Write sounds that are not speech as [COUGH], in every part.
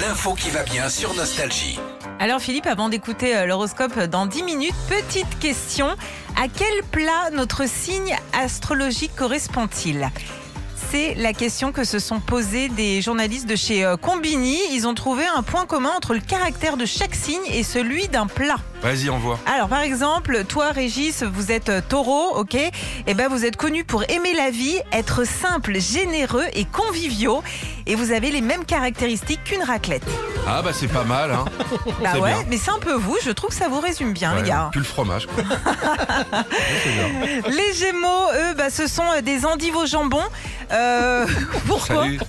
l'info qui va bien sur Nostalgie. Alors Philippe, avant d'écouter euh, l'horoscope dans 10 minutes, petite question. À quel plat notre signe astrologique correspond-il c'est la question que se sont posées des journalistes de chez euh, Combini. Ils ont trouvé un point commun entre le caractère de chaque signe et celui d'un plat. Vas-y, envoie. Alors par exemple, toi Régis, vous êtes euh, taureau, ok Eh ben vous êtes connu pour aimer la vie, être simple, généreux et conviviaux. Et vous avez les mêmes caractéristiques qu'une raclette. Ah bah c'est pas mal, hein. Bah C'est ouais, bien. mais c'est un peu vous, je trouve que ça vous résume bien, Ouais, les [LAUGHS] gars. Plus le fromage. quoi. Ouais, c'est bien. Les Gémeaux, eux, bah, ce sont euh, des endives au jambon. Euh, [LAUGHS] pourquoi Salut,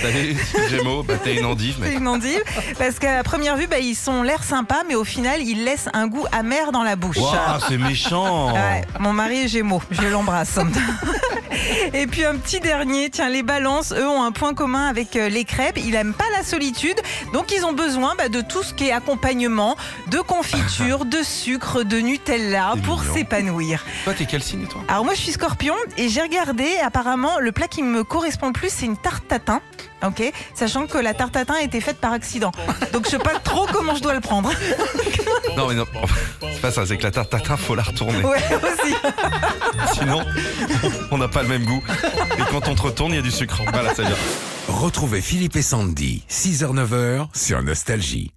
salut, Gémeaux, bah t'es une endive, C'est mec. une endive. Parce qu'à première vue, bah, ils sont l'air sympas, mais au final, ils laissent un goût amer dans la bouche. Waouh, Ah, c'est méchant. Ouais, mon mari est gémeaux, je l'embrasse. [LAUGHS] Et puis un petit dernier, tiens, les balances, eux, ont un point commun avec euh, les crêpes. Ils n'aiment pas la solitude, donc ils ont besoin bah, de tout ce qui est accompagnement, [LAUGHS] de confiture, de sucre, de Nutella C'est pour mignon. s'épanouir. Toi, t'es quel signe, toi Alors moi je suis scorpion et j'ai regardé apparemment le plat qui me correspond le plus c'est une tarte tatin. Ok, sachant que la tarte tatin a été faite par accident. Donc je sais pas trop comment je dois le prendre. [LAUGHS] Non, mais non, c'est pas ça, c'est que la tarte tatin, faut la retourner. Ouais aussi. Sinon, on n'a pas le même goût. Et quand on te retourne, il y a du sucre. Voilà, c'est bien. Retrouvez Philippe et Sandy, 6h-9h sur Nostalgie.